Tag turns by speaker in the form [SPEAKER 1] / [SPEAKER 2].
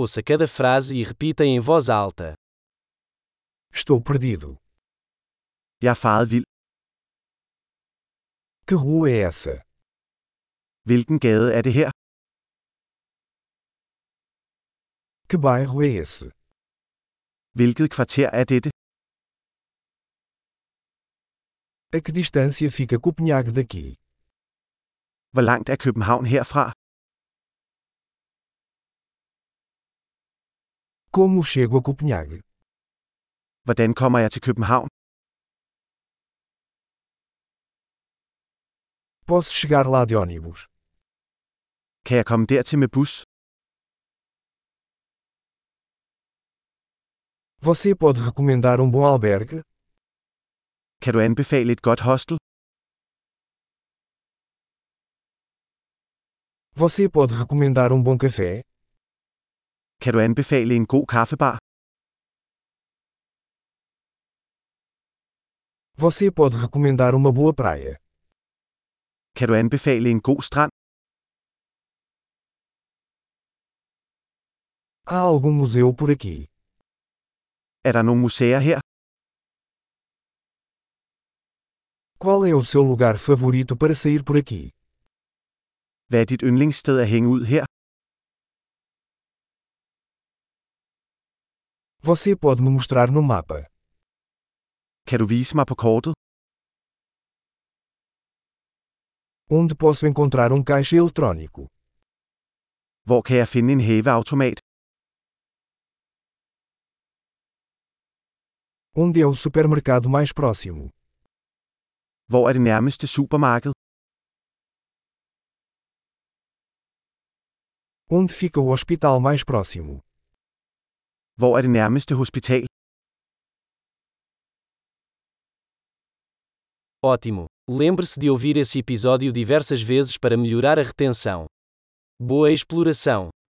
[SPEAKER 1] Ouça cada frase e repita em voz alta.
[SPEAKER 2] Estou perdido.
[SPEAKER 3] Jeg er faret vild.
[SPEAKER 2] Que rua é essa?
[SPEAKER 3] Hvilken gade er det her?
[SPEAKER 2] Que bairro é esse?
[SPEAKER 3] Hvilket kvarter er dette?
[SPEAKER 2] A que distância fica Copenhague daqui?
[SPEAKER 3] Hvor langt er København herfra?
[SPEAKER 2] Como chego a Copenhague?
[SPEAKER 3] Hvordan kommer jeg til København?
[SPEAKER 2] Posso chegar lá de ônibus?
[SPEAKER 3] Kan jeg komme dertil med bus?
[SPEAKER 2] Você pode recomendar um bom albergue?
[SPEAKER 3] Kan du anbefale et godt hostel?
[SPEAKER 2] Você pode recomendar um bom café?
[SPEAKER 3] Kan du anbefale en god kaffebar?
[SPEAKER 2] Você pode recomendar uma boa praia?
[SPEAKER 3] Kan du anbefale en god strand?
[SPEAKER 2] Há algum museu por aqui?
[SPEAKER 3] Er der nogle museer her?
[SPEAKER 2] Qual é o seu lugar favorito para sair por aqui?
[SPEAKER 3] Hvad er dit yndlingssted at hænge ud her?
[SPEAKER 2] Você pode me mostrar no mapa.
[SPEAKER 3] Kan du vise mig på kortet?
[SPEAKER 2] Onde posso encontrar um caixa eletrônico?
[SPEAKER 3] Hvor kan jeg finde en hæveautomat?
[SPEAKER 2] Onde é o supermercado mais próximo?
[SPEAKER 3] Hvor er det nærmeste supermarked?
[SPEAKER 2] Onde fica o hospital mais próximo?
[SPEAKER 3] Hvor er det nærmeste hospital?
[SPEAKER 1] Ótimo! Lembre-se de ouvir esse episódio diversas vezes para melhorar a retenção. Boa exploração!